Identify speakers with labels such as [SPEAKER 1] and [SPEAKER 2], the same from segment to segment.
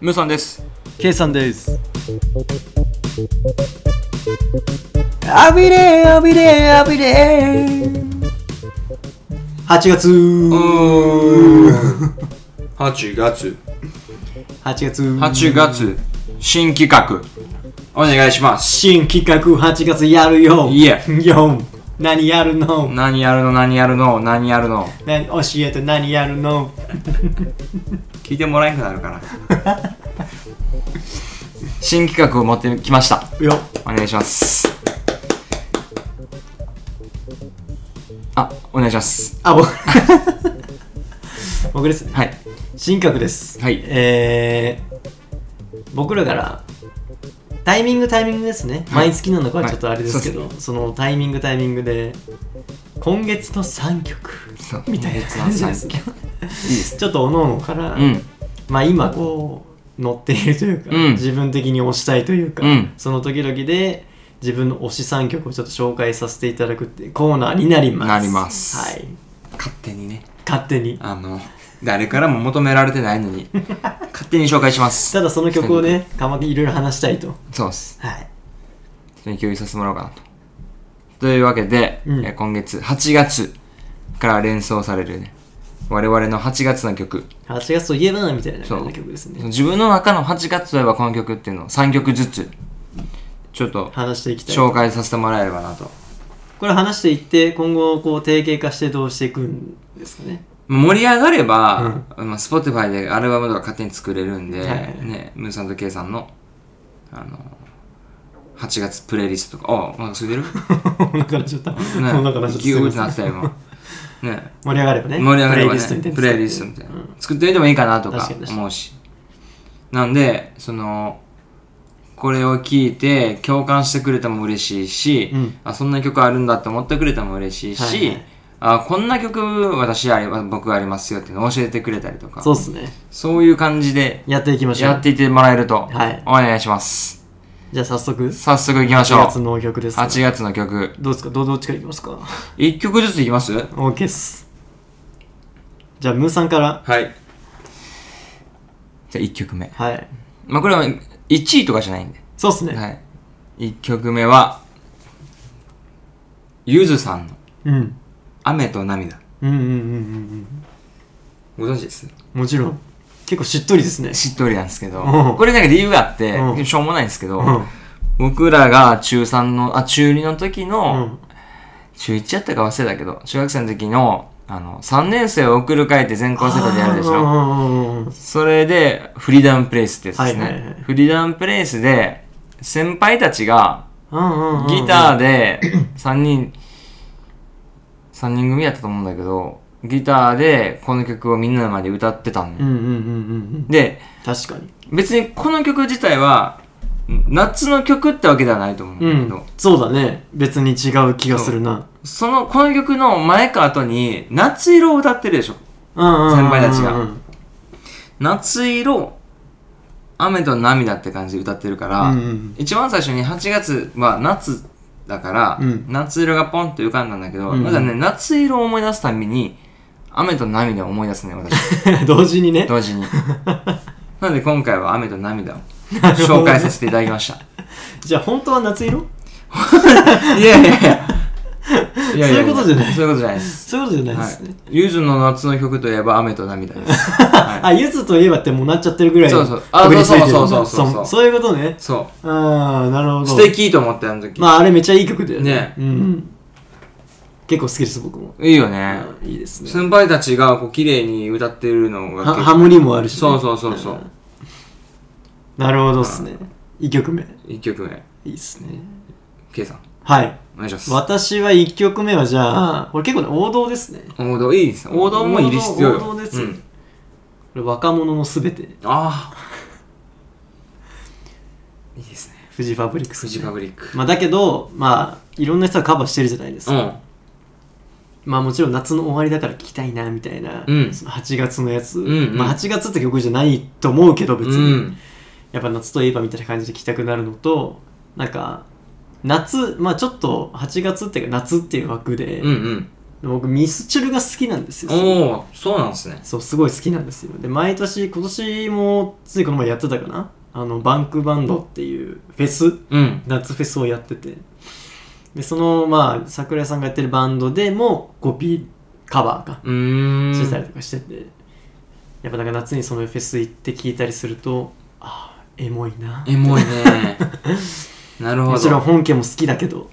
[SPEAKER 1] ムーさんです。
[SPEAKER 2] K さんですあびれあびれあびれ8月
[SPEAKER 1] 8月。
[SPEAKER 2] 8月
[SPEAKER 1] 8月、新企画、お願いします。
[SPEAKER 2] 新企画8月やるよ
[SPEAKER 1] いえ。
[SPEAKER 2] よ何やるの
[SPEAKER 1] 何やるの何やるの何やるの
[SPEAKER 2] 何教えて何やるの
[SPEAKER 1] 聞いてもらえなくなるから。 新企画を持ってきました。
[SPEAKER 2] よ
[SPEAKER 1] お願いします。あ、お願いします。
[SPEAKER 2] あ僕僕です
[SPEAKER 1] はい。
[SPEAKER 2] 新企画です
[SPEAKER 1] はい
[SPEAKER 2] えー僕らからタイミングタイミングですね、
[SPEAKER 1] はい
[SPEAKER 2] 毎月なのかはちょっとあれですけど、
[SPEAKER 1] はい
[SPEAKER 2] そのタイミングタイミングで今月の3曲みたいな感じで す
[SPEAKER 1] いいです。
[SPEAKER 2] ちょっとおののから、
[SPEAKER 1] うん。
[SPEAKER 2] まあ今こう乗っているというか、
[SPEAKER 1] うん
[SPEAKER 2] 自分的に推したいというか、
[SPEAKER 1] うん
[SPEAKER 2] その時々で自分の推し3曲をちょっと紹介させていただくっていうコーナーになります
[SPEAKER 1] なります
[SPEAKER 2] はい
[SPEAKER 1] 勝手にね。
[SPEAKER 2] 勝手に
[SPEAKER 1] あの、誰からも求められてないのに、勝手に紹介します。
[SPEAKER 2] ただその曲をねかまっていろいろ話したいと
[SPEAKER 1] そうです。
[SPEAKER 2] はい
[SPEAKER 1] 人に共有させてもらおうかなと。というわけで、
[SPEAKER 2] うん
[SPEAKER 1] えー今月8月から連想されるね、我々の8月の曲、
[SPEAKER 2] 8月といえばみたいな感じ
[SPEAKER 1] そう
[SPEAKER 2] の曲ですね
[SPEAKER 1] 自分の中の8月といえばこの曲っていうのを3曲ずつ、ちょっと
[SPEAKER 2] 話していきたい
[SPEAKER 1] 紹介させてもらえればなと。
[SPEAKER 2] これ話していって今後こう定型化してどうしていくんですかね
[SPEAKER 1] 盛り上がれば、まあ、Spotify でアルバムとか勝手に作れるんで、
[SPEAKER 2] はいはい
[SPEAKER 1] ね、ムーさんとケイさんの、あの、8月プレイリストとか、あ、なんかつい てるね、
[SPEAKER 2] お腹なっちゃった、お腹なっちゃった
[SPEAKER 1] ギ
[SPEAKER 2] す
[SPEAKER 1] ュ
[SPEAKER 2] い
[SPEAKER 1] ー
[SPEAKER 2] ま
[SPEAKER 1] って
[SPEAKER 2] せん
[SPEAKER 1] なってた今。ね。
[SPEAKER 2] 盛り上がればね
[SPEAKER 1] 盛り上がれば
[SPEAKER 2] プレイリストみた
[SPEAKER 1] ね
[SPEAKER 2] いな
[SPEAKER 1] プレイリストみたいな、
[SPEAKER 2] うん
[SPEAKER 1] 作ってみてもいいかなとか
[SPEAKER 2] 確かに
[SPEAKER 1] 思うしなんでそのこれを聞いて共感してくれても嬉しいし、
[SPEAKER 2] うん
[SPEAKER 1] あそんな曲あるんだって思ってくれても嬉しいし、
[SPEAKER 2] はいはい
[SPEAKER 1] あこんな曲私あり僕ありますよっていうのを教えてくれたりとか
[SPEAKER 2] そうですね
[SPEAKER 1] そういう感じで
[SPEAKER 2] やっていきましょう
[SPEAKER 1] やっていってもらえると、
[SPEAKER 2] はい
[SPEAKER 1] お願いします
[SPEAKER 2] じゃあ早速
[SPEAKER 1] 早速いきましょう
[SPEAKER 2] 8月の曲です
[SPEAKER 1] 8月の曲
[SPEAKER 2] どうですかどどっちからいきますか
[SPEAKER 1] 1曲ずついきます
[SPEAKER 2] OK っすじゃあムーさんから
[SPEAKER 1] はいじゃあ1曲目
[SPEAKER 2] はい
[SPEAKER 1] まあこれは1位とかじゃないんで
[SPEAKER 2] そうっすね、
[SPEAKER 1] はい、1曲目はゆずさんの
[SPEAKER 2] うん、
[SPEAKER 1] 「雨と涙
[SPEAKER 2] うんうんうんうん」
[SPEAKER 1] ご存知です
[SPEAKER 2] うんもちろん結構しっとりですね
[SPEAKER 1] しっとりなんですけど
[SPEAKER 2] うん
[SPEAKER 1] これなんか理由があって
[SPEAKER 2] うん
[SPEAKER 1] しょうもないんですけ
[SPEAKER 2] う
[SPEAKER 1] ど
[SPEAKER 2] んうん
[SPEAKER 1] 僕らが中3のあ中2の時
[SPEAKER 2] う
[SPEAKER 1] の
[SPEAKER 2] ん
[SPEAKER 1] 中1やったか忘れたけど中学生の時のあの3年生を送る会って全校生徒でやるでし
[SPEAKER 2] う
[SPEAKER 1] ょ
[SPEAKER 2] んうんうんうん
[SPEAKER 1] それでフリーダウンプレイスってやつです
[SPEAKER 2] はいはいは
[SPEAKER 1] ね
[SPEAKER 2] い
[SPEAKER 1] フリーダウンプレイスで先輩たちが
[SPEAKER 2] うんうんうん
[SPEAKER 1] ギターで3人3人組やったと思うんだけどギターでこの曲をみんなの前で歌ってたの
[SPEAKER 2] う
[SPEAKER 1] よ、
[SPEAKER 2] んうんうんうんうん
[SPEAKER 1] で
[SPEAKER 2] 確かに
[SPEAKER 1] 別にこの曲自体は夏の曲ってわけではないと思
[SPEAKER 2] う
[SPEAKER 1] うんだけど、
[SPEAKER 2] んそうだね別に違う気がするな
[SPEAKER 1] そのこの曲の前か後に夏色を歌ってるでしょ
[SPEAKER 2] うんうんうんうん
[SPEAKER 1] 先輩たちが
[SPEAKER 2] うん
[SPEAKER 1] 夏色雨と涙って感じで歌ってるから、
[SPEAKER 2] うんうん
[SPEAKER 1] 一番最初に8月は夏だから、
[SPEAKER 2] うん
[SPEAKER 1] 夏色がポンって浮かんだんだけど、
[SPEAKER 2] うんうん
[SPEAKER 1] なんかね夏色を思い出すたびに雨と涙を思い出すね私
[SPEAKER 2] 同時にね
[SPEAKER 1] 同時になので今回は雨と涙を紹介させていただきま した
[SPEAKER 2] じゃあ本当は夏色
[SPEAKER 1] いやいやいやいやいや
[SPEAKER 2] そういうことじゃない
[SPEAKER 1] そういうことじゃないです
[SPEAKER 2] そういうことじゃない
[SPEAKER 1] は
[SPEAKER 2] で
[SPEAKER 1] い
[SPEAKER 2] すね、
[SPEAKER 1] ゆずの夏の曲といえば雨と涙 です、はい
[SPEAKER 2] あゆずといえばってもうなっちゃってるぐらい
[SPEAKER 1] そうそうあ
[SPEAKER 2] こびりついてる
[SPEAKER 1] そうそうそうそうそう
[SPEAKER 2] そういうことね
[SPEAKER 1] そ
[SPEAKER 2] ああなるほ
[SPEAKER 1] う
[SPEAKER 2] ど
[SPEAKER 1] 素敵と思ってあの時、
[SPEAKER 2] まああれめっちゃいい曲だよ
[SPEAKER 1] ね
[SPEAKER 2] うん結構好きです僕も
[SPEAKER 1] いいよね、
[SPEAKER 2] うんいいですね
[SPEAKER 1] 先輩たちがこう綺麗に歌ってるのが
[SPEAKER 2] は
[SPEAKER 1] 結構
[SPEAKER 2] ハモリもあるしね、
[SPEAKER 1] そうそうそうそうん
[SPEAKER 2] なるほどっすね1曲目
[SPEAKER 1] 1曲目
[SPEAKER 2] いいっすね
[SPEAKER 1] K さん
[SPEAKER 2] はい
[SPEAKER 1] お願いします
[SPEAKER 2] 私は1曲目はじゃあこれ結構ね王道ですね
[SPEAKER 1] 王道いいですね王道もいい必要よ
[SPEAKER 2] 王道ですよ
[SPEAKER 1] うん
[SPEAKER 2] これ若者のすべて
[SPEAKER 1] ああいいですね
[SPEAKER 2] フジファブリックス、
[SPEAKER 1] フジファブリック
[SPEAKER 2] まあだけどまあいろんな人がカバーしてるじゃないです
[SPEAKER 1] う
[SPEAKER 2] か、
[SPEAKER 1] ん
[SPEAKER 2] まあもちろん夏の終わりだから聴きたいなみたいな、
[SPEAKER 1] うん
[SPEAKER 2] その8月のやつ、
[SPEAKER 1] んうん
[SPEAKER 2] まあ、8月って曲じゃないと思うけど別に、
[SPEAKER 1] うん
[SPEAKER 2] やっぱ夏といえばみたいな感じで聴きたくなるのとなんか夏まあちょっと8月っていうか夏っていう枠で、
[SPEAKER 1] うんうん
[SPEAKER 2] 僕ミスチルが好きなんですよ
[SPEAKER 1] おおそうなんですね
[SPEAKER 2] そうすごい好きなんですよで毎年今年もついこの前やってたかなあのバンクバンドっていうフェス
[SPEAKER 1] うん
[SPEAKER 2] 夏フェスをやっててでそのまあ桜井さんがやってるバンドでもコピーカバーか
[SPEAKER 1] うーん
[SPEAKER 2] してたりとかしてて、やっぱなんか夏にそのフェス行って聞いたりするとああエモいな
[SPEAKER 1] エモい ねなるほど
[SPEAKER 2] もちろん本家も好きだけど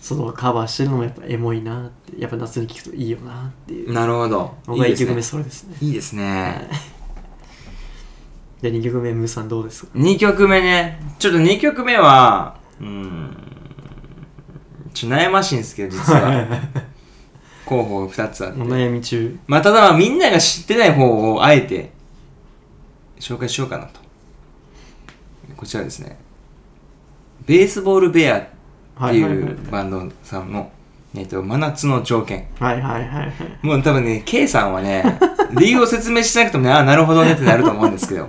[SPEAKER 2] そのカバーしてるのもやっぱエモいなってやっぱ夏に聞くといいよなっていう
[SPEAKER 1] なるほど
[SPEAKER 2] 僕は1曲
[SPEAKER 1] いいで
[SPEAKER 2] 目
[SPEAKER 1] す
[SPEAKER 2] それですね
[SPEAKER 1] ねいいですね
[SPEAKER 2] じゃあ2曲目ムーさんどうで すか
[SPEAKER 1] 2曲目ねちょっと2曲目はうーんちょっと悩ましいんですけど実 は候補が2つあって
[SPEAKER 2] お悩み中
[SPEAKER 1] まあただまあみんなが知ってない方をあえて紹介しようかなとこちらですねベースボールベアって
[SPEAKER 2] はいはい
[SPEAKER 1] い
[SPEAKER 2] はいう
[SPEAKER 1] バンドさんの「えっと真夏の条件
[SPEAKER 2] はいはいはいはい」
[SPEAKER 1] もう多分ね K さんはね 理由を説明しなくてもねああなるほどねってなると思うんですけ ど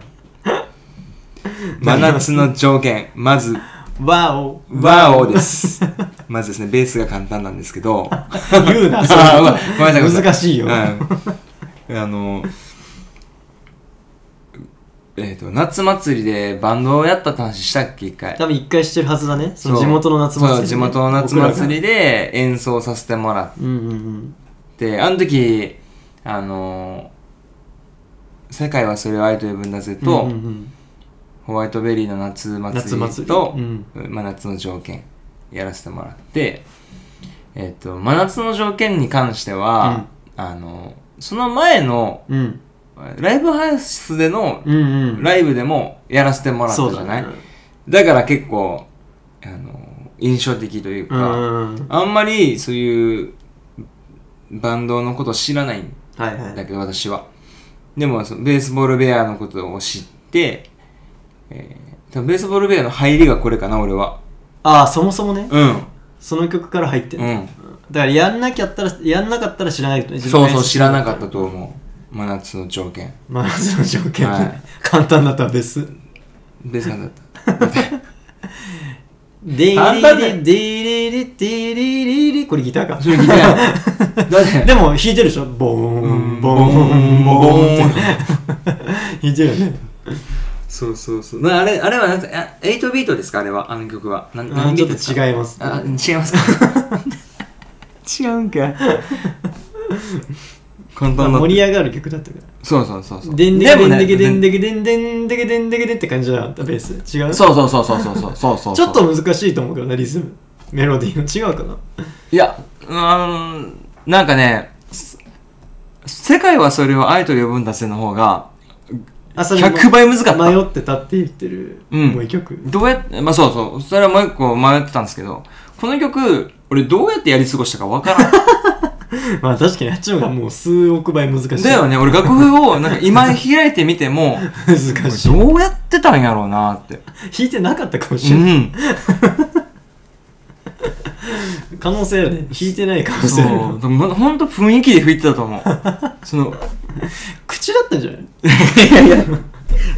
[SPEAKER 1] 真夏の条件まず
[SPEAKER 2] ワオ
[SPEAKER 1] ワオです。まずですね、ベースが簡単なんですけど。
[SPEAKER 2] 言 うなそれ
[SPEAKER 1] あーごめんなさいごめんなさい。
[SPEAKER 2] 難しいよ
[SPEAKER 1] うんあの、えっ、と、夏祭りでバンドをやったって話したっけ、一回。
[SPEAKER 2] 多分一回してるはずだねその
[SPEAKER 1] そう
[SPEAKER 2] 地元の夏祭りね、
[SPEAKER 1] そう、地元の夏祭り
[SPEAKER 2] で
[SPEAKER 1] で演奏させてもらっ
[SPEAKER 2] うんうんうん
[SPEAKER 1] て、あの時、あの、世界はそれを愛と呼ぶんだぜと、
[SPEAKER 2] うんうんうん
[SPEAKER 1] ホワイトベリーの夏
[SPEAKER 2] 夏
[SPEAKER 1] 祭
[SPEAKER 2] 祭
[SPEAKER 1] り
[SPEAKER 2] り
[SPEAKER 1] と、
[SPEAKER 2] うん
[SPEAKER 1] 真夏の条件やらせてもらって、えっと真夏の条件に関しては、あのその前の
[SPEAKER 2] うん
[SPEAKER 1] ライブハウスでの
[SPEAKER 2] うんうん
[SPEAKER 1] ライブでもやらせてもらったじゃない、だから結構あの印象的という
[SPEAKER 2] うん
[SPEAKER 1] か、
[SPEAKER 2] うんうん
[SPEAKER 1] あんまりそういうバンドのことを知らないん
[SPEAKER 2] はいはい
[SPEAKER 1] だけど私はでもそのベースボールベアのことを知って、えー多分ベースボールベアの入りがこれかな俺は
[SPEAKER 2] ああそもそもね
[SPEAKER 1] うん
[SPEAKER 2] その曲から入ってん
[SPEAKER 1] う
[SPEAKER 2] の
[SPEAKER 1] ん
[SPEAKER 2] だからやんなきゃったらやんなかったら知らないことね自分
[SPEAKER 1] そ
[SPEAKER 2] が
[SPEAKER 1] う
[SPEAKER 2] や
[SPEAKER 1] そう知らなかった
[SPEAKER 2] と
[SPEAKER 1] と思う真夏の条件
[SPEAKER 2] まあその条件、
[SPEAKER 1] は
[SPEAKER 2] はい簡単だったら別
[SPEAKER 1] ベースさんだった
[SPEAKER 2] デイリ
[SPEAKER 1] 簡単だ
[SPEAKER 2] リ
[SPEAKER 1] よ
[SPEAKER 2] デイリリデイリリリこれギターか
[SPEAKER 1] それギターだって
[SPEAKER 2] でも弾いてるでしょボーンボーンボーンって弾いてるよね
[SPEAKER 1] そうそうそうなあれあれはなんかあ8ビートですかあれはあの曲はな
[SPEAKER 2] あ
[SPEAKER 1] 何ビ
[SPEAKER 2] ちょ
[SPEAKER 1] ート
[SPEAKER 2] っと
[SPEAKER 1] ですか
[SPEAKER 2] 違います
[SPEAKER 1] あ違います か違うんか簡単だった
[SPEAKER 2] 盛り上がる曲だったから
[SPEAKER 1] そうそうそうそう
[SPEAKER 2] でんでけでんで
[SPEAKER 1] で
[SPEAKER 2] けでんでけでんでんでけでんでけでんって感じじゃなかったベース違う
[SPEAKER 1] そうそうそうそうそうそうそうそう
[SPEAKER 2] ちょっと難しいと思うけどねリズムメロディーの違うかない
[SPEAKER 1] や、うーん、なんかね、す世界はそれを愛と呼ぶんだぜの方が、
[SPEAKER 2] あそれも
[SPEAKER 1] 100倍難かった。
[SPEAKER 2] 迷ってたって言ってる、
[SPEAKER 1] うん
[SPEAKER 2] もう一曲
[SPEAKER 1] どうやって、まあそうそう、それはもう一個迷ってたんですけど、この曲、俺どうやってやり過ごしたかわから ん。
[SPEAKER 2] まあ確かにあっちの方がもう数億倍難しい
[SPEAKER 1] だよね、俺楽譜をなんか今開いてみても、
[SPEAKER 2] 難
[SPEAKER 1] 俺
[SPEAKER 2] しい
[SPEAKER 1] どうやってたんやろうなって。
[SPEAKER 2] 弾いてなかったかもし
[SPEAKER 1] う
[SPEAKER 2] れない、
[SPEAKER 1] ん。
[SPEAKER 2] 可能性あるね弾いてない可能性あ
[SPEAKER 1] そ
[SPEAKER 2] る
[SPEAKER 1] う。まほんと雰囲気で吹いてたと思う。その、
[SPEAKER 2] 口だったんじ ゃない
[SPEAKER 1] いやいや、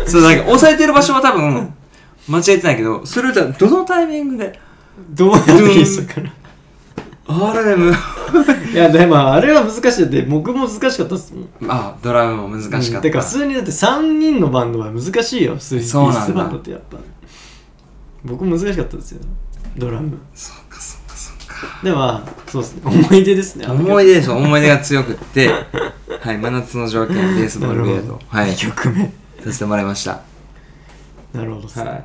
[SPEAKER 1] そう、なんか、押さえてる場所は多分、間違えてないけど、それをじゃあどのタイミングで、
[SPEAKER 2] どうやって弾いてたから
[SPEAKER 1] ム
[SPEAKER 2] いやでもあれは難しいって僕も難しかったっすもん
[SPEAKER 1] あ、ドラムも難しか
[SPEAKER 2] うん
[SPEAKER 1] った。
[SPEAKER 2] てか普通にだって3人のバンドは難しいよ普通に
[SPEAKER 1] そうなんだ
[SPEAKER 2] ピースバンドってやっぱ僕難しかったですよドラム
[SPEAKER 1] そうか、そうか、そうか。
[SPEAKER 2] ではそうですね思い出ですね
[SPEAKER 1] 思い
[SPEAKER 2] 出
[SPEAKER 1] 出でしょ、思い出が強くって、はい、真夏の条件、ベースボールベア
[SPEAKER 2] なる
[SPEAKER 1] と
[SPEAKER 2] ほ、
[SPEAKER 1] はい、
[SPEAKER 2] 2曲目
[SPEAKER 1] させてもらいました。
[SPEAKER 2] なるほどっすね、
[SPEAKER 1] は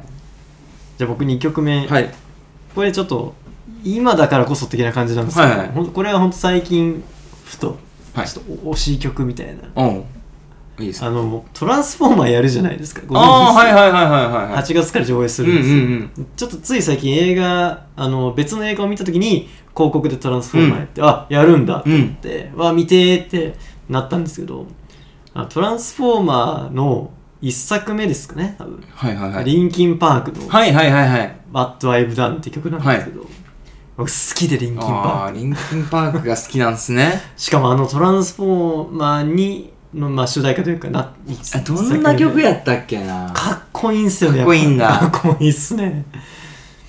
[SPEAKER 2] じゃあ僕2曲目、
[SPEAKER 1] い。はい。
[SPEAKER 2] これちょっと今だからこそ的な感じなんですけど、
[SPEAKER 1] はいはい
[SPEAKER 2] ほんこれは本当最近ふと
[SPEAKER 1] はい。
[SPEAKER 2] ちょっと惜しい曲みたいな、
[SPEAKER 1] うん。いいですか
[SPEAKER 2] あのトランスフォーマーやるじゃないですか
[SPEAKER 1] ああ、はい
[SPEAKER 2] い
[SPEAKER 1] はいはいはいはい。
[SPEAKER 2] 8月から上映す
[SPEAKER 1] う
[SPEAKER 2] る
[SPEAKER 1] ん
[SPEAKER 2] ん
[SPEAKER 1] う
[SPEAKER 2] ですよ、
[SPEAKER 1] ん
[SPEAKER 2] ちょっとつい最近映画あの別の映画を見た時に広告でトランスフォーマーやって、あやるんだと思って、わ見てーってなったんですけどあのトランスフォーマーの1作目ですかね多分、
[SPEAKER 1] うん。はいはいはい。
[SPEAKER 2] リンキンパークの
[SPEAKER 1] はいはいはいはい。
[SPEAKER 2] 「バッド・アイブ・ダン」って曲なんですけど、僕好きでリンキン
[SPEAKER 1] あ
[SPEAKER 2] パー
[SPEAKER 1] あ
[SPEAKER 2] ク
[SPEAKER 1] ー、リンキンパークが好きなんですね。
[SPEAKER 2] しかもあのトランスフォーマーにの、まあ、主題歌というかな
[SPEAKER 1] あどんな曲やったっけな
[SPEAKER 2] かっこいいんすよねやぱ
[SPEAKER 1] かっこいいんだ
[SPEAKER 2] かっこいいっすね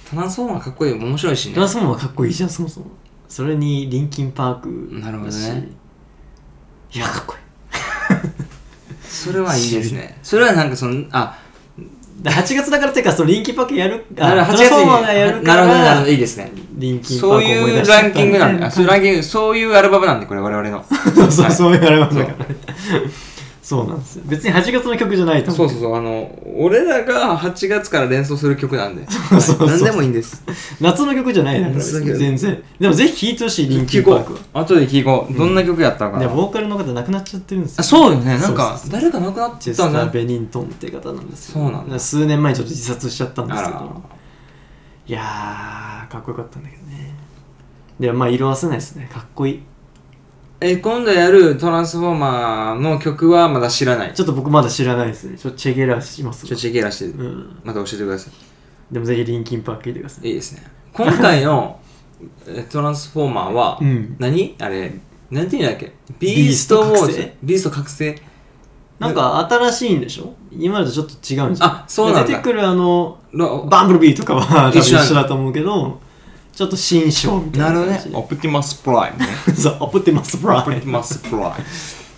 [SPEAKER 1] トランスフォーマーかっこいい面白いしね
[SPEAKER 2] トランスフォーマーかっこいいじゃんそもそもそれにリンキンパーク
[SPEAKER 1] なるほどね
[SPEAKER 2] だしいやかっこいい
[SPEAKER 1] それはいいですね。それはなんかその、あ、
[SPEAKER 2] で8月だからっていうかそのリンキンパークやる
[SPEAKER 1] なる
[SPEAKER 2] あ
[SPEAKER 1] ほ
[SPEAKER 2] ト
[SPEAKER 1] ど
[SPEAKER 2] ランス
[SPEAKER 1] 8
[SPEAKER 2] フォーマーがやるか
[SPEAKER 1] なるほど、なるほ
[SPEAKER 2] ら
[SPEAKER 1] ど、いいですね。
[SPEAKER 2] リンキンパーク
[SPEAKER 1] そう
[SPEAKER 2] を思い
[SPEAKER 1] い
[SPEAKER 2] 出
[SPEAKER 1] う
[SPEAKER 2] しちゃった
[SPEAKER 1] ランキングなんで、あそういうランキング、そういうアルバムなんで、これ我々の。
[SPEAKER 2] そうそう、そういうあれは
[SPEAKER 1] そう
[SPEAKER 2] だからね。そうなんですよ。別に8月の曲じゃないと
[SPEAKER 1] そ
[SPEAKER 2] 思
[SPEAKER 1] う
[SPEAKER 2] う。
[SPEAKER 1] そうそう、あの、俺らが8月から連想する曲なんで、
[SPEAKER 2] うそうそう
[SPEAKER 1] はい何でもいいんです。
[SPEAKER 2] 夏の曲じゃないだから
[SPEAKER 1] 夏
[SPEAKER 2] 別に
[SPEAKER 1] だけど
[SPEAKER 2] 全然。でもぜひ聴いてほしい、リンキ
[SPEAKER 1] 聞
[SPEAKER 2] ンパ
[SPEAKER 1] こ
[SPEAKER 2] ークは。
[SPEAKER 1] う。後で聞こう。どんな曲やったか
[SPEAKER 2] で、
[SPEAKER 1] な。
[SPEAKER 2] ボーカルの方亡くなっちゃってるんですよ。
[SPEAKER 1] あ、そうよね。なんか
[SPEAKER 2] そうそう、そう
[SPEAKER 1] 誰か亡くなっ
[SPEAKER 2] チ
[SPEAKER 1] て
[SPEAKER 2] ェスタ
[SPEAKER 1] たんじゃな
[SPEAKER 2] ー・
[SPEAKER 1] い
[SPEAKER 2] ベニントンって方なんですよ。
[SPEAKER 1] そうなんだ
[SPEAKER 2] から数年前にちょっと自殺しちゃったんです
[SPEAKER 1] あ
[SPEAKER 2] けど。いやー、かっこよかったんだけどね。でもまあ色褪せないですね。かっこいい。
[SPEAKER 1] ら。え、今度やるトランスフォーマーの曲はまだ知らない。
[SPEAKER 2] ちょっと僕まだ知らないですね。ちょっとチェゲラしますわ
[SPEAKER 1] ちょ、チェケラして、
[SPEAKER 2] うん。
[SPEAKER 1] また教えてくださ
[SPEAKER 2] でもぜひリンキンパーク聴いてください。
[SPEAKER 1] い。いいですね。今回のえトランスフォーマーは
[SPEAKER 2] う、ん。
[SPEAKER 1] 何あれ、なんていうんだっけビー
[SPEAKER 2] ビー
[SPEAKER 1] ス
[SPEAKER 2] ス
[SPEAKER 1] トウ
[SPEAKER 2] ト
[SPEAKER 1] ォー
[SPEAKER 2] 覚
[SPEAKER 1] ズ
[SPEAKER 2] 醒。
[SPEAKER 1] ビースト覚醒。
[SPEAKER 2] なんか新しいんでしょ今までとちょっと違うんじゃん
[SPEAKER 1] あそうなんだ
[SPEAKER 2] 出てくるあの
[SPEAKER 1] ロ
[SPEAKER 2] バンブルビーとかは多分
[SPEAKER 1] 一緒
[SPEAKER 2] 一
[SPEAKER 1] なんだ
[SPEAKER 2] 緒だと思うけどちょっと新章みたい
[SPEAKER 1] な
[SPEAKER 2] な
[SPEAKER 1] るほど
[SPEAKER 2] 感
[SPEAKER 1] ね
[SPEAKER 2] じ。で
[SPEAKER 1] オプティマスプライムね。
[SPEAKER 2] そうアポテマスプ
[SPEAKER 1] オ
[SPEAKER 2] ラ
[SPEAKER 1] プ
[SPEAKER 2] イ
[SPEAKER 1] ティマスプライ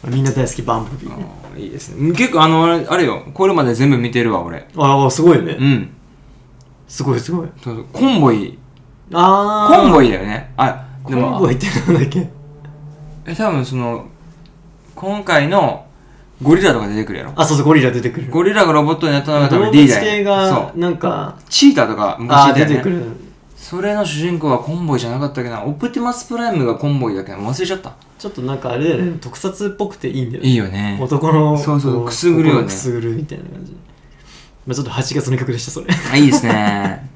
[SPEAKER 1] ム。
[SPEAKER 2] みんな大好きバンブルビーね
[SPEAKER 1] あーいいですね。結構、あの、あれあれよ、これまで全部見てるわ、俺。
[SPEAKER 2] ああすごいね
[SPEAKER 1] うん。
[SPEAKER 2] すごいすごい
[SPEAKER 1] そうそうコンボイ、
[SPEAKER 2] ああ
[SPEAKER 1] コンボイだよね。あ、でも、
[SPEAKER 2] コンボイってなんだっけ
[SPEAKER 1] え多分その、今回のゴリラとか出てくるやろ。
[SPEAKER 2] あそうそうゴリラ出てくる
[SPEAKER 1] ゴリラがロボットになったのが多
[SPEAKER 2] 動
[SPEAKER 1] 分
[SPEAKER 2] 物
[SPEAKER 1] リーダー
[SPEAKER 2] 系
[SPEAKER 1] やそ
[SPEAKER 2] が
[SPEAKER 1] う。
[SPEAKER 2] なんか
[SPEAKER 1] チーターとか昔
[SPEAKER 2] あ
[SPEAKER 1] い
[SPEAKER 2] ー
[SPEAKER 1] たよ
[SPEAKER 2] 出
[SPEAKER 1] ね
[SPEAKER 2] てくる
[SPEAKER 1] それの主人公はコンボイじゃなかったっけどオプティマスプライムがコンボイだっけど忘れちゃった
[SPEAKER 2] ちょっとなんかあれだよね特撮っぽくていいんだよね
[SPEAKER 1] いいよね
[SPEAKER 2] 男の
[SPEAKER 1] そうそう
[SPEAKER 2] こ
[SPEAKER 1] くすぐるよね
[SPEAKER 2] 心くすぐるみたいな感じまあちょっと8月の曲でしたそれ
[SPEAKER 1] あいいですね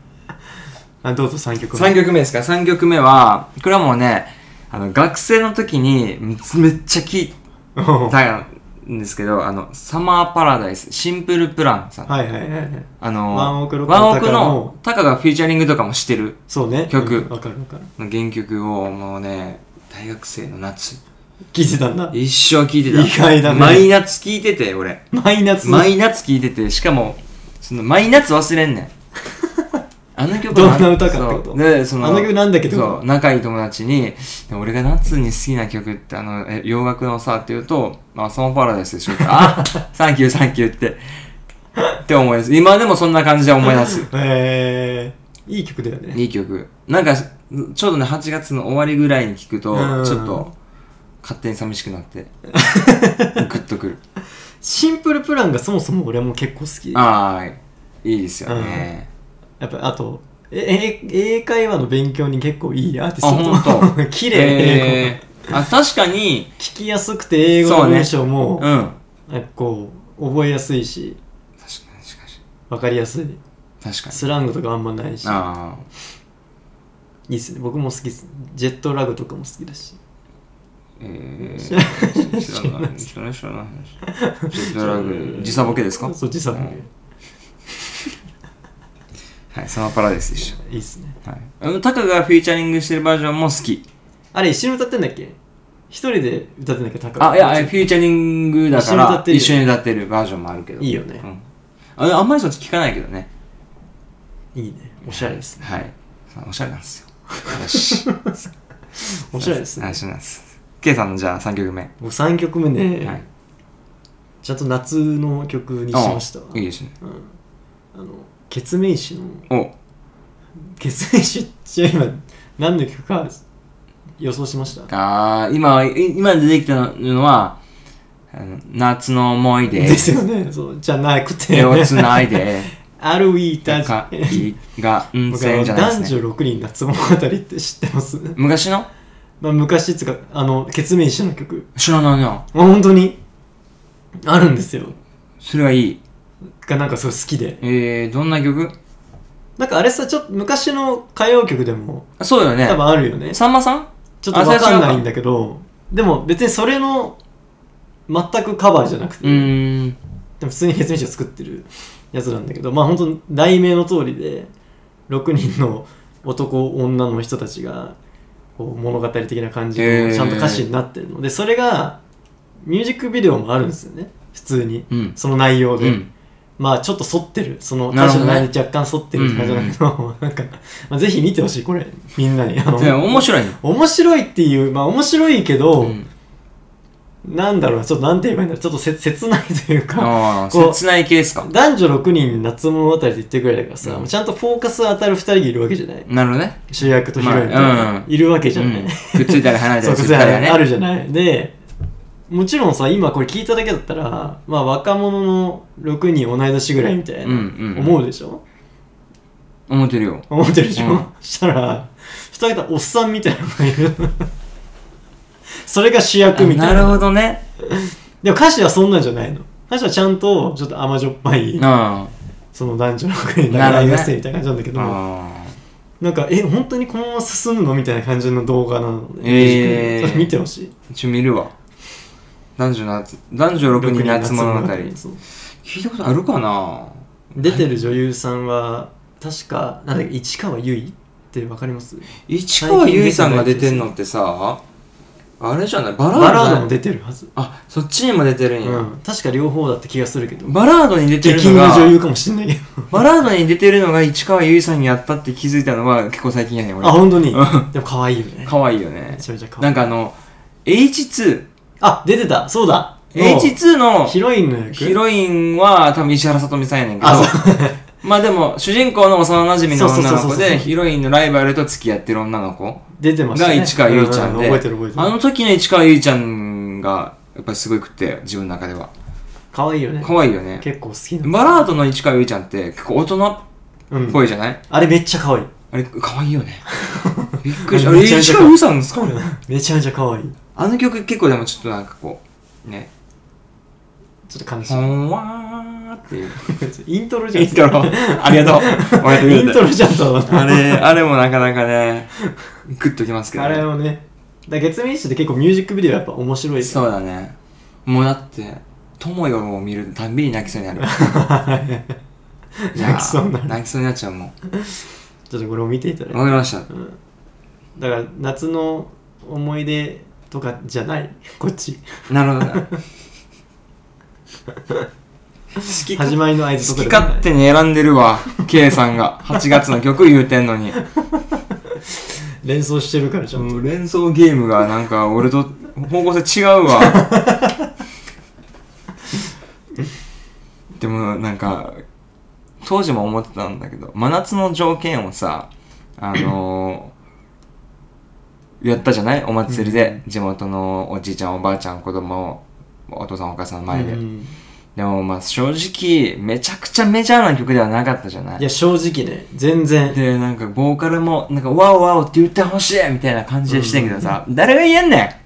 [SPEAKER 2] あどうぞ3曲
[SPEAKER 1] 3曲目ですか3曲目はこれはもうねあの学生の時にめめっちゃ聴い
[SPEAKER 2] うんはい
[SPEAKER 1] たんですけどあのサマーパラダイスシンプルプランさん、
[SPEAKER 2] はいはいはい
[SPEAKER 1] あの
[SPEAKER 2] ワンオクロック
[SPEAKER 1] ワ
[SPEAKER 2] の
[SPEAKER 1] ンオク
[SPEAKER 2] タカ
[SPEAKER 1] の
[SPEAKER 2] の
[SPEAKER 1] タカがフィーチャリングとかもしてる
[SPEAKER 2] そうね
[SPEAKER 1] 曲
[SPEAKER 2] うんわ、かるわかる
[SPEAKER 1] の原曲をもうね大学生の夏
[SPEAKER 2] 聞いてたんだ
[SPEAKER 1] 一生聴いてた
[SPEAKER 2] 意外だね
[SPEAKER 1] マイナツ聴いてて俺
[SPEAKER 2] マイナス
[SPEAKER 1] マイナツ聞いてて、しかも、そのマイナツ忘れんね ん。あの曲
[SPEAKER 2] どんな歌かってこと
[SPEAKER 1] そうで、その、
[SPEAKER 2] あの曲なんだけど
[SPEAKER 1] そう、仲いい友達に、で俺が夏に好きな曲って、あの、え洋楽のさ、って言うと、まあ、サマーパラダイスでしょって。 あサンキューサンキューって。って思います。今でもそんな感じで思い出す。
[SPEAKER 2] えー、いい曲だよね
[SPEAKER 1] いい曲。なんか、ちょうどね、8月の終わりぐらいに聞くと
[SPEAKER 2] うん、
[SPEAKER 1] ちょっと、勝手に寂しくな って、グッとくる。
[SPEAKER 2] シンプルプランがそもそも俺はもう結構好き
[SPEAKER 1] ああ、いいですよね。
[SPEAKER 2] やっぱあとええ英会話の勉強に結構いいアーティスト
[SPEAKER 1] あ本当
[SPEAKER 2] 綺麗、英語
[SPEAKER 1] えーあ確かに
[SPEAKER 2] 聞きやすくて英語の文章
[SPEAKER 1] うん
[SPEAKER 2] も、
[SPEAKER 1] 確か
[SPEAKER 2] なんかこう覚えやすいし
[SPEAKER 1] にしかし
[SPEAKER 2] わかりやすい
[SPEAKER 1] 確かに
[SPEAKER 2] スラングとかあんまないし
[SPEAKER 1] あ
[SPEAKER 2] いいっすね僕も好きっすジェットラグとかも好きだし
[SPEAKER 1] ーえ
[SPEAKER 2] 知ら
[SPEAKER 1] ー知らない知らない知らないジェットラ グ時差ボケですか
[SPEAKER 2] そう時差ボケ、
[SPEAKER 1] うんはいサマーパラダイスでし
[SPEAKER 2] いいっすね
[SPEAKER 1] たはいあのタカがフィーチャリングしてるバージョンも好き
[SPEAKER 2] あれ一緒に歌ってんだっけ一人で歌ってんだっけ高橋
[SPEAKER 1] あいやあれフィーチャリングだか
[SPEAKER 2] 一緒に歌
[SPEAKER 1] ら
[SPEAKER 2] ってる
[SPEAKER 1] 一緒に歌ってるバージョンもあるけど
[SPEAKER 2] いいよね
[SPEAKER 1] うんあれあんまりそっち聞かないけどね
[SPEAKER 2] いいねおしゃれですね
[SPEAKER 1] はいおしゃれなん ですよよし
[SPEAKER 2] おしゃれですね
[SPEAKER 1] おしゃれなんです K さんのじゃあ3曲目
[SPEAKER 2] 僕3曲目ね、
[SPEAKER 1] はい
[SPEAKER 2] ちゃんと夏の曲にしましたわ
[SPEAKER 1] あいいですね
[SPEAKER 2] うん、あのケツメイシの
[SPEAKER 1] お
[SPEAKER 2] ケツメイシって今何の曲か予想しました
[SPEAKER 1] あー今い今出てきたのはあの夏の思い出
[SPEAKER 2] ですよねそうじゃなくて
[SPEAKER 1] 手をつない で
[SPEAKER 2] アルウィータ
[SPEAKER 1] なんかいが運
[SPEAKER 2] 僕あ
[SPEAKER 1] 線
[SPEAKER 2] の
[SPEAKER 1] じゃないです
[SPEAKER 2] 男
[SPEAKER 1] ね
[SPEAKER 2] 女6人夏物語って知ってます、
[SPEAKER 1] 昔の
[SPEAKER 2] まあ、昔っつうかあのケツメイシの曲
[SPEAKER 1] 知らないな
[SPEAKER 2] まあ本当にあるんですよ
[SPEAKER 1] それはいい
[SPEAKER 2] がなんかすごい好きで
[SPEAKER 1] えー、どんな曲
[SPEAKER 2] なんかあれさちょっと昔の歌謡曲でも
[SPEAKER 1] あそうよね
[SPEAKER 2] 多分あるよね
[SPEAKER 1] さんまさん
[SPEAKER 2] ちょっとわかんないんだけどでも別にそれの全くカバーじゃなくて、
[SPEAKER 1] う
[SPEAKER 2] で
[SPEAKER 1] ーん
[SPEAKER 2] も普通にケツメイシを作ってるやつなんだけどまあ本当題名の通りで6人の男女の人たちがこう物語的な感じ
[SPEAKER 1] へー
[SPEAKER 2] のちゃんと歌詞になってるのでそれがミュージックビデオもあるんですよね普通に
[SPEAKER 1] うん
[SPEAKER 2] その内容
[SPEAKER 1] う
[SPEAKER 2] で、
[SPEAKER 1] ん
[SPEAKER 2] まあちょっと反ってるその
[SPEAKER 1] な
[SPEAKER 2] 歌
[SPEAKER 1] るほ
[SPEAKER 2] 手
[SPEAKER 1] ど
[SPEAKER 2] の
[SPEAKER 1] ね
[SPEAKER 2] 前に若干反ってるって感じなんだけどなんかまあぜひ見てほしいこれみんなにあの
[SPEAKER 1] で面白いよ。
[SPEAKER 2] 面白いっていうまあ面白いけど、
[SPEAKER 1] うん
[SPEAKER 2] なんだろうなちょっとなんて言えばいいんだろうちょっとせ切ないというか
[SPEAKER 1] ああ、
[SPEAKER 2] こう
[SPEAKER 1] 切ない系ですか。
[SPEAKER 2] 男女6人夏物語って言ってくらいだからさ、
[SPEAKER 1] うん
[SPEAKER 2] もうちゃんとフォーカス当たる2人いるわけじゃない
[SPEAKER 1] なるほどね。
[SPEAKER 2] 主役とヒロインと、
[SPEAKER 1] まあうん
[SPEAKER 2] いるわけじ
[SPEAKER 1] う
[SPEAKER 2] ゃない、
[SPEAKER 1] ん。くっついたり離れた
[SPEAKER 2] そう
[SPEAKER 1] り
[SPEAKER 2] そ
[SPEAKER 1] する
[SPEAKER 2] うそう
[SPEAKER 1] か
[SPEAKER 2] あ
[SPEAKER 1] ら
[SPEAKER 2] る
[SPEAKER 1] ね。
[SPEAKER 2] あるじゃないでもちろんさ今これ聞いただけだったらまあ若者の6人同い年ぐらいみたいな、
[SPEAKER 1] うんうん
[SPEAKER 2] 思うでしょ
[SPEAKER 1] 思ってるよ。
[SPEAKER 2] 思ってるでしょ、
[SPEAKER 1] うん
[SPEAKER 2] したら2桁おっさんみたいなのがいる それが主役みた
[SPEAKER 1] ない
[SPEAKER 2] な
[SPEAKER 1] るほどね。
[SPEAKER 2] でも歌詞はそんなんじゃないの歌詞はちゃんとちょっと甘じょっぱい
[SPEAKER 1] あ
[SPEAKER 2] その男女の国の
[SPEAKER 1] なるほど
[SPEAKER 2] 大
[SPEAKER 1] ね
[SPEAKER 2] 学生みたいな感じなんだけ
[SPEAKER 1] あ
[SPEAKER 2] ど
[SPEAKER 1] あ
[SPEAKER 2] なんかえ本当にこのまま進むのみたいな感じの動画なので、
[SPEAKER 1] えー
[SPEAKER 2] それ見てほしい
[SPEAKER 1] あ。ちょ、見るわ。男女夏、男女6人夏物語。
[SPEAKER 2] 六人夏
[SPEAKER 1] 聞
[SPEAKER 2] そう
[SPEAKER 1] いたことあるかな
[SPEAKER 2] 出てる女優さんは確かなんだっけ市川由衣ってわかります
[SPEAKER 1] 市川由衣さんが出てんのってさ、あれじゃないバラードじ
[SPEAKER 2] バラ
[SPEAKER 1] ゃ
[SPEAKER 2] ー
[SPEAKER 1] な
[SPEAKER 2] ド
[SPEAKER 1] い
[SPEAKER 2] も出てるはず、
[SPEAKER 1] あ、そっちにも出てるん
[SPEAKER 2] う
[SPEAKER 1] や。
[SPEAKER 2] ん、確か両方だった気がするけど
[SPEAKER 1] バラードに出てる
[SPEAKER 2] 激
[SPEAKER 1] の
[SPEAKER 2] の女優
[SPEAKER 1] が、
[SPEAKER 2] かもしんないけど
[SPEAKER 1] バラードに出てるのが市川由衣さんにやったって気づいたのは結構最近やねん、
[SPEAKER 2] あ
[SPEAKER 1] 俺。
[SPEAKER 2] 本当
[SPEAKER 1] う
[SPEAKER 2] に
[SPEAKER 1] ん
[SPEAKER 2] でも可愛いよね
[SPEAKER 1] 可愛いよね
[SPEAKER 2] め。ちゃめちゃ可
[SPEAKER 1] な
[SPEAKER 2] 愛
[SPEAKER 1] ん
[SPEAKER 2] い
[SPEAKER 1] かあの、H2。
[SPEAKER 2] あ出てたそうだも
[SPEAKER 1] H2 の
[SPEAKER 2] うヒロインの役
[SPEAKER 1] ヒロインは多分石原さとみさんやねんけど
[SPEAKER 2] あ、そう。
[SPEAKER 1] まあでも主人公の幼馴染の女の
[SPEAKER 2] そうそうそうそ
[SPEAKER 1] 子
[SPEAKER 2] うそう
[SPEAKER 1] でヒロインのライバルと付き合ってる女の子
[SPEAKER 2] 出てました
[SPEAKER 1] が
[SPEAKER 2] ね。
[SPEAKER 1] 市川由衣ちゃん
[SPEAKER 2] う
[SPEAKER 1] で、
[SPEAKER 2] う覚えてる覚えて
[SPEAKER 1] あ
[SPEAKER 2] る。
[SPEAKER 1] の時の市川由衣ちゃんがやっぱりすごいくって自分の中では
[SPEAKER 2] 可愛いよね。
[SPEAKER 1] 可愛いよね
[SPEAKER 2] 結構好きな。
[SPEAKER 1] バラードの市川由衣ちゃんって結構大人
[SPEAKER 2] う
[SPEAKER 1] っ
[SPEAKER 2] ん。
[SPEAKER 1] ぽいじゃない、
[SPEAKER 2] あれめっちゃ可愛い。
[SPEAKER 1] あれ可愛いよ ねびっくりしたあ
[SPEAKER 2] め
[SPEAKER 1] れ
[SPEAKER 2] っちゃめち
[SPEAKER 1] 市
[SPEAKER 2] ゃ
[SPEAKER 1] 川由衣さんですか
[SPEAKER 2] めちゃめちゃ可愛い。
[SPEAKER 1] あの曲結構でもちょっとなんかこうね
[SPEAKER 2] ちょっと悲し
[SPEAKER 1] ほんわーっていう
[SPEAKER 2] い。イントロじゃん。
[SPEAKER 1] イントロありがとう俺 と言う
[SPEAKER 2] イントロじゃんとは
[SPEAKER 1] あれ、あれもなかなかね、グッときますけど、
[SPEAKER 2] あれをね。だから月面誌って結構ミュージックビデオやっぱ面白いです
[SPEAKER 1] そうだね。もうだって、友よを見るたんびに泣きそうに なる。
[SPEAKER 2] 泣きそうになる
[SPEAKER 1] いやー泣きそうになっちゃうもん。
[SPEAKER 2] ちょっとこれを見ていただいて。
[SPEAKER 1] わかりました。
[SPEAKER 2] うんだから夏の思い出とかじゃない。こっち。
[SPEAKER 1] なるほどね。好き
[SPEAKER 2] 始
[SPEAKER 1] 勝
[SPEAKER 2] まりの合図
[SPEAKER 1] 好
[SPEAKER 2] とか
[SPEAKER 1] き
[SPEAKER 2] でもない
[SPEAKER 1] 勝手に選んでるわ、K さんが。8月の曲言うてんのに。
[SPEAKER 2] 連想してるからちゃんと。
[SPEAKER 1] もう連想ゲームがなん か俺と方向性違うわでもなんか当時も思ってたんだけど真夏の条件をさあのー、やったじゃないお祭りで、地元のおじいちゃんおばあちゃん子供お父さんお母さんの前で、
[SPEAKER 2] うん
[SPEAKER 1] でもまあ正直めちゃくちゃメジャーな曲ではなかったじゃない
[SPEAKER 2] いや、正直ね、全然。
[SPEAKER 1] でなんかボーカルもなんかワオワオって言ってほしいみたいな感じでしてんけどさ、誰が言えんね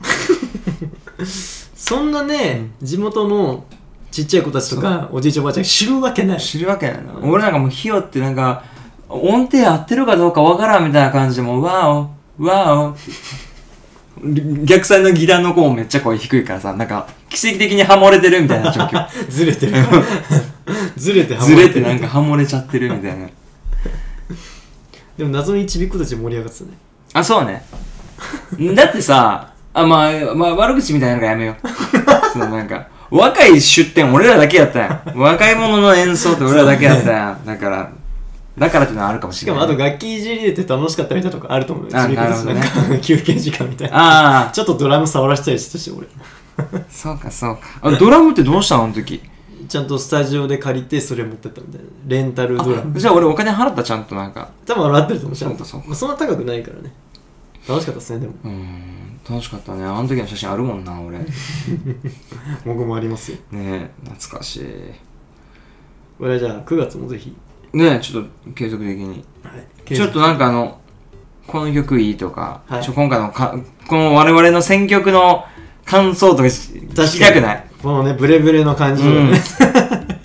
[SPEAKER 2] そんなね、地元のちっちゃい子たちとかおじいちゃんおばあちゃん知るわけない
[SPEAKER 1] ん知るわけないな俺なんかもうひよってなんか音程合ってるかどうかわからんみたいな感じでもうワオワオ逆サイのギターの子もめっちゃ声低いからさなんか奇跡的にハモれてるみたいな状 況
[SPEAKER 2] ずれてる ずれてはま
[SPEAKER 1] ず
[SPEAKER 2] る
[SPEAKER 1] れてなんかハモれちゃってるみたいな
[SPEAKER 2] でも謎にちびっ子たち盛り上がってたね
[SPEAKER 1] あそうねだってさあまあ、まあ、悪口みたいなのがやめよ うそのなんか若い出店俺らだけやったやん若い者の演奏って俺らだけやったやんだからだからっていうのはあるかもし
[SPEAKER 2] し
[SPEAKER 1] れ
[SPEAKER 2] か
[SPEAKER 1] な
[SPEAKER 2] も
[SPEAKER 1] い
[SPEAKER 2] あと楽器いじりでて楽しかったみたいなとこあると思うよ
[SPEAKER 1] あ
[SPEAKER 2] ちびっ子たちなん
[SPEAKER 1] なる
[SPEAKER 2] か、休憩時間みたいな
[SPEAKER 1] あ
[SPEAKER 2] ちょっとドラム触らせたりしたし俺
[SPEAKER 1] あそうかそうかあドラムってどうしたのあの時
[SPEAKER 2] ちゃんとスタジオで借りてそれ持ってったみたいなレンタルドラム
[SPEAKER 1] あじゃあ俺お金払ったちゃんとなんか
[SPEAKER 2] 多分笑ってると思うちゃんと
[SPEAKER 1] そうかそうか
[SPEAKER 2] まあ、そんな高くないからね楽しかったですねでも
[SPEAKER 1] うーん楽しかったねあの時の写真あるもんな俺ね
[SPEAKER 2] 僕もありますよ
[SPEAKER 1] え懐かしい
[SPEAKER 2] これはじゃあ9月もぜひ、
[SPEAKER 1] ねえちょっと継続的に
[SPEAKER 2] はい
[SPEAKER 1] ちょっとなんかあの、この曲いいとか、
[SPEAKER 2] はい
[SPEAKER 1] ちょ今回のか、この我々の選曲の感想とかし聞きたく ない。
[SPEAKER 2] このねブレブレの感じ、ね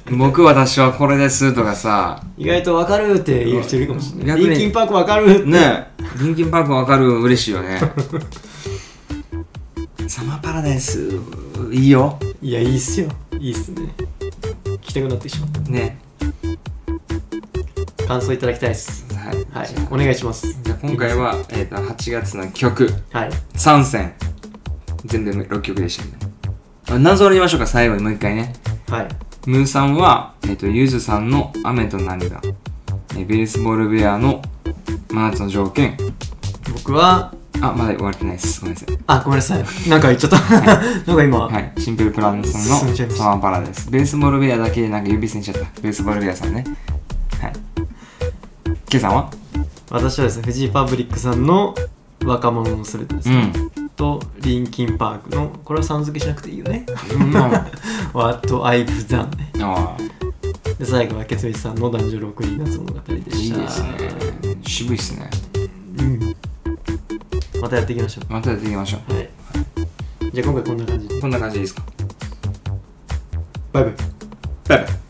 [SPEAKER 1] うん。僕私はこれですとかさ、
[SPEAKER 2] 意外とわかるって言う人いるかもしれな
[SPEAKER 1] 逆
[SPEAKER 2] い。
[SPEAKER 1] に
[SPEAKER 2] リンキンパークわかるって。
[SPEAKER 1] ねえ、リンキンパークわかる嬉しいよ ね。サマーパラダイス、いいよ。
[SPEAKER 2] いや、いいっすよ。いいっすね。聞きたくなってきちまっ
[SPEAKER 1] ね。
[SPEAKER 2] た。感想いただきたいっす。
[SPEAKER 1] はい。
[SPEAKER 2] はい
[SPEAKER 1] じゃ。
[SPEAKER 2] お願いします。
[SPEAKER 1] あじゃあ今回は、えっ、と、8月の曲
[SPEAKER 2] はい。
[SPEAKER 1] 3選。全部6曲でしたね。あ何ぞ言いましょうか、最後にもう一回ね。
[SPEAKER 2] はい。
[SPEAKER 1] ムーさんは、えっ、えっと、ゆずさんの雨と涙、えーベリスボールベアの真夏の条件、
[SPEAKER 2] 僕は
[SPEAKER 1] あ、まだ終わってないです。ごめんなさい。
[SPEAKER 2] あごめんなさいなんか言っちゃったなんか今、
[SPEAKER 1] はい、シンプルプランさん
[SPEAKER 2] 進ん
[SPEAKER 1] の
[SPEAKER 2] じゃいました
[SPEAKER 1] サマーパラです。ベースボールウェアだけなんか指せんちゃった。ベースボールウェアさんね。はい。ケイさんは
[SPEAKER 2] 私はですねフジパブリックさんの若者のすべてです、
[SPEAKER 1] うん。
[SPEAKER 2] とリンキンパークのこれはさん付けしなくていいよね
[SPEAKER 1] うん。 あ
[SPEAKER 2] What I've Done ね
[SPEAKER 1] あ、
[SPEAKER 2] で最後はケツイさんの男女6人夏物語でした
[SPEAKER 1] いいですね。渋いっすね。
[SPEAKER 2] うん、またやっていきましょ
[SPEAKER 1] またやっていきましょ
[SPEAKER 2] うはいじゃあ今回こんな感じで
[SPEAKER 1] う。こんな感じでいいですか
[SPEAKER 2] バイバイ
[SPEAKER 1] バイバイ。